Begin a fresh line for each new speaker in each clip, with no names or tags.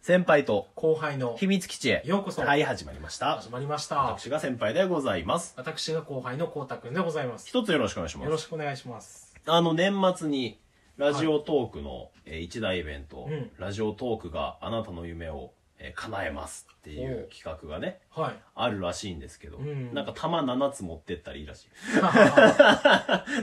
先輩と
後輩の
秘密基地へ。
ようこそ
はい、始まりました
始。まりました
私が先輩でございます。
私が後輩のこうたくんでございます
一つよろしくお願いしま
よろ
す。
しくお願いします
あの、年末に、ラジオトークの、えー一大イベント、
うん
ラジオトークがあなたの夢を、えー叶えますっていう企画がね、
はい
あるらしいんですけど、
うん
なんか玉7つ持ってったらいい らしい。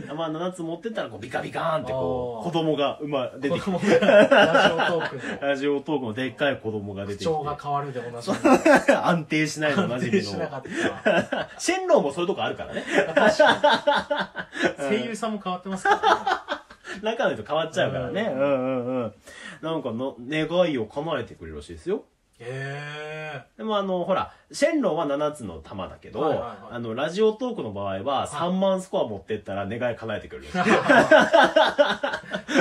玉7つ持ってったら、こう、ビカビカーンってこう、
あ
子
ー
供が、うま、出
子
てきて、
供がラジオトークの
ラジオトークのでっかい子供が出
口
てきて
調、が変わるで同じ
安定しないのなじみ
定しな
の。
かった
シェンローもそういうとこあるからね。
確かに声優さんも変わってますから
中の人変わっちゃうからね。う
うんん
うんうん。なんかの、願いを叶えてくれるらしいですよ。
ねへ
でもあの、ほら、シェンロンは7つの玉だけど、
はいはいはい
あの、ラジオトークの場合は3万スコア持ってったら願い叶えてくれるらしい。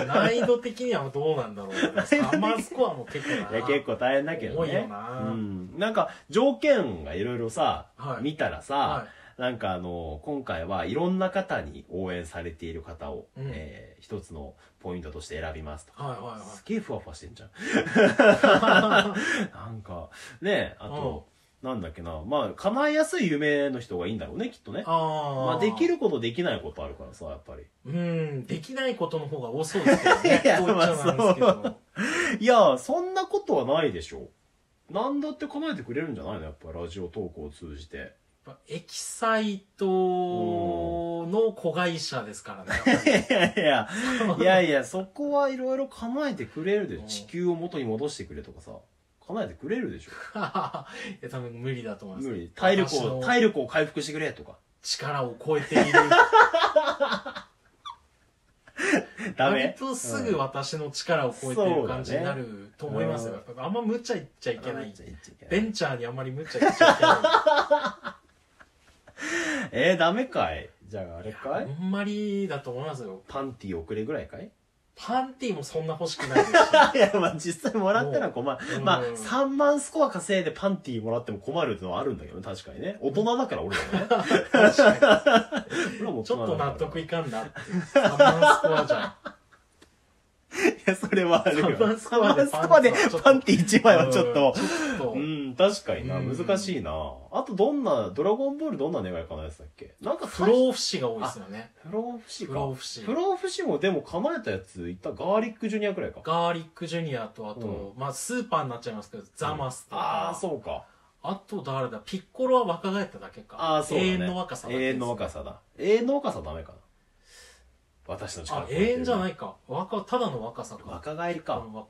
え難易度的にはどうなんだろう3万スコアも結構
い
な
や結構大変だけど
重い
ね
よな
うん、なんか条件がいろいろさ、
はい
見たらさ、
は
なんかあの今回はいろんな方に応援されている方を、
うん
えー一つのポイントとして選びますとか、
はいはいはい
すげえふわふわしてんじゃんなんかねあと、なんだっけなまあ叶えやすい夢の人がいいんだろうねきっとね
あ
ま
あ
あ、できることできないことあるからさやっぱり
うんできないことの方が多そうですけど ね
いや
こう言っちゃなんですけ
まあそ
ど
いやそんなことはないでしょなんだって叶えてくれるんじゃないのやっぱラジオ投稿を通じて
やっぱエキサイトの子会社ですからね。やっぱ
いやい
り
や いや、い やいや、そこはいろいろ叶えてくれるでしょ
うん
地球を元に戻してくれとかさ、叶えてくれるでしょ。
いや多分無理だと思います。
無理。体力
私
を、
の
体力を回復してくれとか。
力を超えている。
ダメ
割とすぐ私の力を超えている感じになると思います
う
よ。
ん
やっぱあんま無茶言っちゃいけない。ベ
え
ンチャーにあんまり無茶言っちゃいけな
えー、ダメかいじゃああれか
い。
い
あんまりだと思いますよ。
パンティー遅れぐらいかい
パンティーもそんな欲しくないですし。
いや、まあ実際もらったら困る。
うん
まあ3万スコア稼いでパンティーもらっても困るってのはあるんだけどね、確かにね。大人だから俺ら もね。
確かに
俺らも大
ち
人
ょっと
だから
納得いかんなって。3万スコアじゃん。
いや、それはあるよ。
サマンスコアで
サマンスコアでパ
パ
ン
ン
ティ1枚はちょっと。
ちょっと
うん、確かにな。
うん
難しいな。あとどんな、ドラゴンボールどんな願い叶えてたっけなんか
不老不死が多いですよね。
不老不死
不
か。
老不死。
不老不死もでも叶えたやついったガーリックジュニアくらいか。
ガーリックジュニアと、あと、まあ、スーパーになっちゃいますけど、ザマスと
ああ、
か、
そうか。
あと誰だ、ピッコロは若返っただけか。
ああ、そうだ、ね。
永遠の若さだけ
永遠の若さだ。永遠の若さダメかな。私の力。
あ、永遠じゃないいか。若、ただの若さか。
若返りか。
うんわ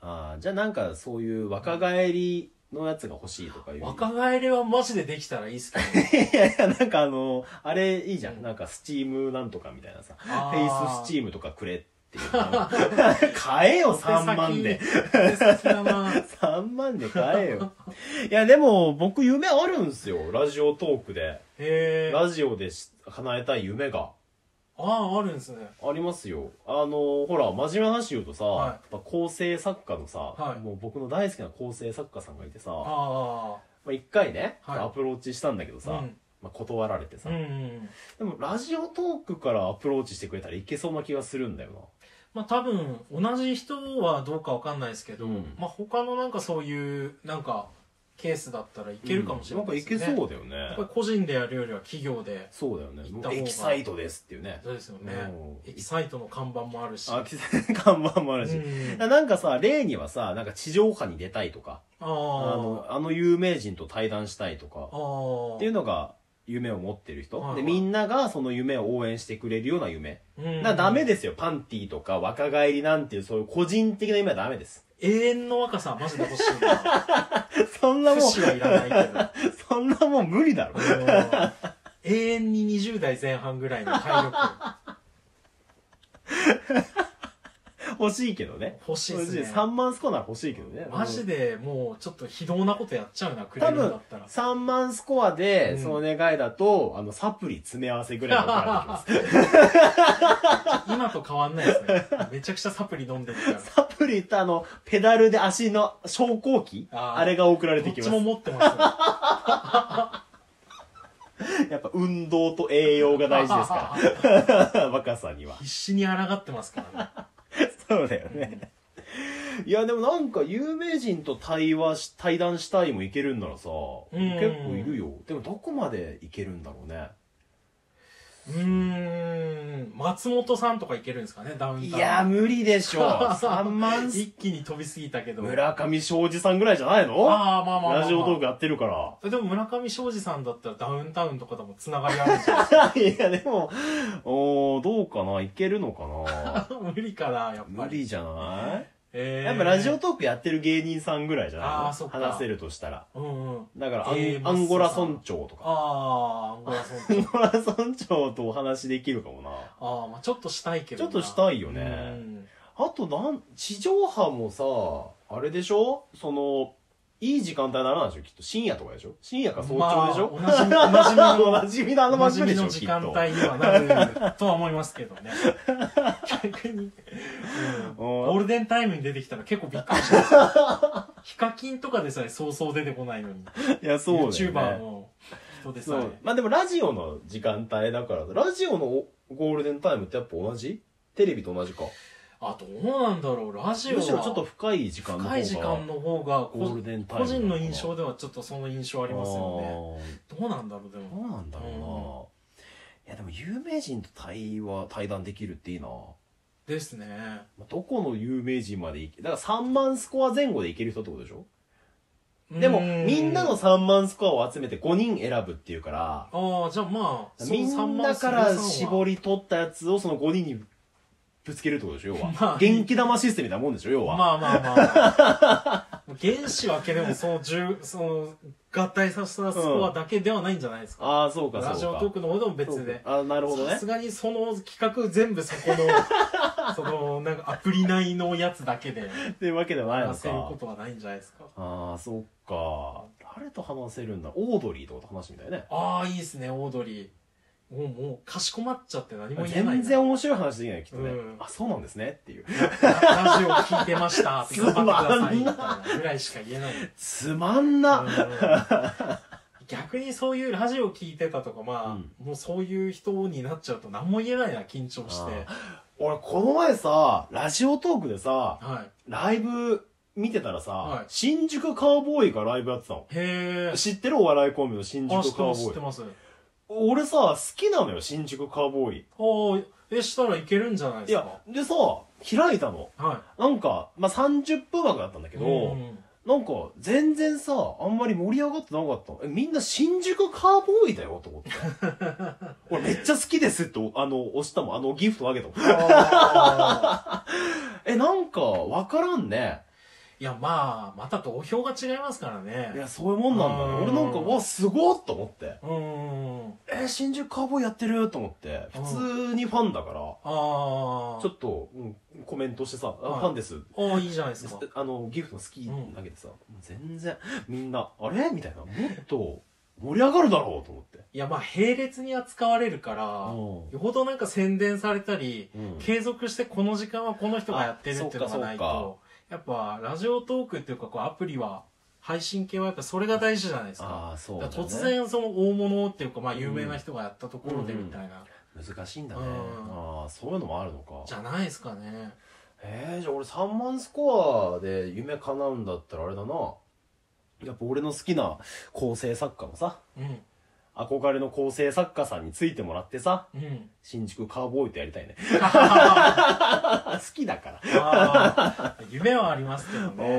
ああ、じゃあなんかそういう若返りのやつが欲しいとかいう。
若返りはマジでできたらいいっすけどね。
いやいや、なんかあの、あれいいじゃん。
うん
なんかスチームなんとかみたいなさ。フ
あ
ェイススチ
ーム。
ームとかくれっていう。 買えよ、3万で。
手先だな。
3万で買えよ。いや、でも僕夢あるんすよ。ラジオトークで。
へえ。 あ
ラジオでし叶えたい夢が。
あー、あるんですね。
ありますよ。あの、ほら、真面目な話言うとさ、
はい
やっぱ構成作家のさ、
はい
もう僕の大好きな構成作家さんがいてさ、ま
あ
あ一回ね、
はい
アプローチしたんだけど
あ。
さ、
うん。
まあ断られてさ、
うんうん。
でもラジオトークからアプローチしてくれたらいけそうな気がするんだよ
まあ多分同じ人はどうかわかんないですけど、
うん
まあ他のなんかそういうなんかケースだったらい
な。
けるかもしれない
です、ね。なんかいけそうだよね
やっぱ。り個人でやるよりは企業で
そうだよね
行った。方が
エキサイトですっていうね。
そうですよね
うん
エキサイトの看板もあるし
あ、エキサイト看板もあ
う
るし。
ん、あ
なんかさ、例にはさ、なんか地上波に出たいとか、あの
あ、
あの有名人と対談したいと
あ
か、
あ
っていうのが夢を持ってる人。
はい
で、
はい
みんながその夢を応援してくれるような夢。
うん
な、ダメですよ。パンティとか若返りなんていう、そういう個人的な夢はダメです。
永遠の若さはマジで欲しいな
そんな
不
もん、
死はいらないけど
そんなもん無理だろ。
あの永遠に20代前半ぐらいの体 力
欲しいけどね。
欲しいですね
3万スコアなら欲しいけどね。
マジでもうちょっと非道なことやっちゃうなくれ
多
るんだ
分
ったら
3万スコアで、
うん
その願いだと、あの、サプリ詰め合わせぐらいのお金ができま
今と変わんないですね。めちゃくちゃサプリ飲んでるから。
す。サプリってあの、ペダルで足の昇降機
あ
あ
ー
れが送られ
ど
て
っ
きま
ち
す
も。持ってま
やっぱ運動と栄養が
す。
大事です
ら
か。ら。若さには。
必死に抗ってますからね。
そうだよね。いやでもなんか有名人と対話し対談したいもいけるんならさ、
うん
結構いるよでもどこまでいけるんだろうね
うーん松本さんとかいけるんですかねダウン
い
タウン
や無理でしょ3万
一気に飛びすぎたけど
村上庄司さんぐらいじゃないの
ああまあまあまあ、まあ、
ラジオトークやってるから
でも村上庄司さんだったらダウンタウンとかともつながりあるじゃ
いやでもおーどうかないけるのか
ん無理かなやっ
な
ぱ
無
り
理じゃない
えー、
やっぱラジオトークやってる芸人さんぐらいじゃないの
あーそっか
話せるとしたら
うんうん
だからアン,、
えー
アンゴラ
マッサさん
村長とか
あーアンゴラ村
アン
長
ゴラ村長とお話できるかもな
あーまあちょっとしたいけどな
ちょっとしたいよね
うん
あとなん地上波もさあれでしょそのいい時間帯にならないでしょきっと深夜とかでしょ深夜か早朝でしょ、
まあお
お
な
なじみのあの
おな
番
じ
組
み
でしょ
の
き
時
っ
間
と
帯にはなるとは思いますけど ね逆に、うん、ゴールデンタイムに出てきたら結構びっくりしましたヒカキンとかでさえそうそう出てこないのに、
いやそうだよね
YouTuber の人でさ
そう
え
まあでもラジオの時間帯だからラジオのおゴールデンタイムってやっぱ同じテレビと同じか
あどうなんだろうラジオ
む
は
しろちょっと深い時間の方が
深い時間の方がこ
ゴールデンタイ
個
ム
人の印象ではちょっとその印象あ
あ
りますよねどうなんだろうで
ど
も
うなんだろうな、いやでも有名人と対話対談できるっていいな
ですね
まあどこの有名人までいけだから3万スコア前後でいける人ってことでしょでも
う
みんなの3万スコアを集めて5人選ぶっていうから
ああじゃあまあその
み
3
ん
万
なから絞
り
り取ったやつをその5人にぶつけるってことでしょ要は、
まあ
元気玉システムみたいなもんでしょ要は、
まあまあまあ原子分けでもその10その合体させたスコアだけではないんじゃないですか、
ああそうかそうか
ラジオトークの方でも別で
あなるほど
さ
ね
すがにその企画全部そこのそのなんかアプリ内のやつだけで
っていうわけではないの
話せる
か
ことはないんじゃないですか
ああそっか誰と話せるんだオードリーとかと話してみたいね
ああいいですねオードリーもうもうかしこまっちゃって何も言えない
全
な
然面白い話できないきっとね、
うん
あそうなんですねっていう
ラジオ聞いてましたって頑張ってくださいみたいなぐらいしか言えない
つまんな、
うん逆にそういうラジオ聞いてたとかまあ、もうそういう人になっちゃうと何も言えないな緊張して
俺この前さラジオトークでさ
はい
ライブ見てたらさ、
はい
新宿カウボーイがライブやってたの
へえ
知ってるお笑いコンビの新
あ知
宿
って
カウ
ます知
ボ
っ
ー
て
イ
ますあ
俺さ好きなのよ新宿カウボーイ
あえしたらいけるんじゃな
い
いです
や
か
でさ開いたの
は
なんか、まあ、30分枠だったんだ
い
けど、なんか、全然さ、あんまり盛り上がってなかったの。え、みんな新宿カーボーイだよと思 って。俺めっちゃ好きですって、おあの、押したもん。あの、ギフトあげたもん。
あー
え、なんか、わからんね。
いやまあまた投票が違いますからね
いや、そういうもんなんだね。
うん
俺なんか、わ、すごっと思って。
うん
え、新宿カーボーイやってると思って。普通にファンだから、
ああ
ちょっと、うんコメントしてさ、あ
はい
ファンです。
ああいいじゃないですか
あの、ギフト好きだけどさ、全然、みんな、あれみたいな。もっと、盛り上がるだろうと思って。
いやまあ並列に扱われるから
うん
よほどなんか宣伝されたり
うん
継続してこの時間はこの人がやってるっていうの
あそ
が
うか
ない
そう
とやっぱラジオトークっていうかこうアプリは配信系はやっぱそれが大事じゃないですか
ああそう
だ
だ、
か
ね、
ら突然その大物っていうかまあ有名な人がやったところで
うん
みたいな
難しいんだね、
うん
ああそういうのもあるのか
じゃないですかね
えー、じゃあ俺3万スコアで夢叶うんだったらあれだなやっぱ俺の好きな構成作家のさ
うん
憧れの構成作家さんについてもらってさ
うん
新宿カウボーイとやりたいね 好きだから
あー夢はありますけどね
おー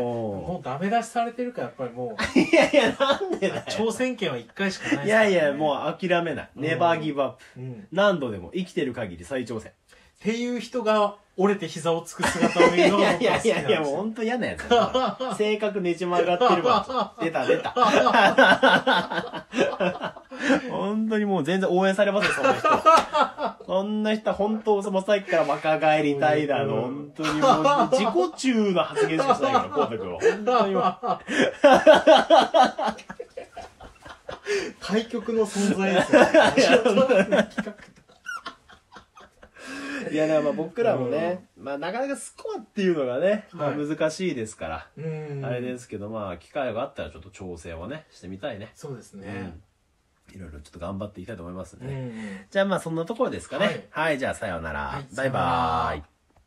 もうダメ出しされてるからやっぱりもう
いやいやなんでだよ
挑戦権は1回しかない
い
ですから
や
ね
いやもう諦めない、
うん
ネバーギブアップ
うん
何度でも生きてる限り再挑戦
っていう人が折れて膝をつく姿を見る の
い
が
やい
僕は好
やい
きなん
やい
で
や、
す
もう
よ。
本当嫌なやつだ な。性格ねじ曲がってる わ。出た出た。本当にもう全然応援されますよ、そんな人。そんな人は本当、そのさっきから若返りたいだの、
う
本
ん
当にもう、自己中な発言しかしないから、こうたくんは。本当にもう
対局の存在ですよね。
いや、だからまあ僕らもね、まあなかなかスコアっていうのがね、まあ
はい
難しいですから、
うん。
あれですけど、まあ機会があったらちょっと調整をね、してみたいね。
そうです
う
ね
ん。。いろいろちょっと頑張っていきたいと思います
う
ね。
ん。
じゃあまあそんなところですかね。はい、じゃあさようなら。
はい
バイバーイ。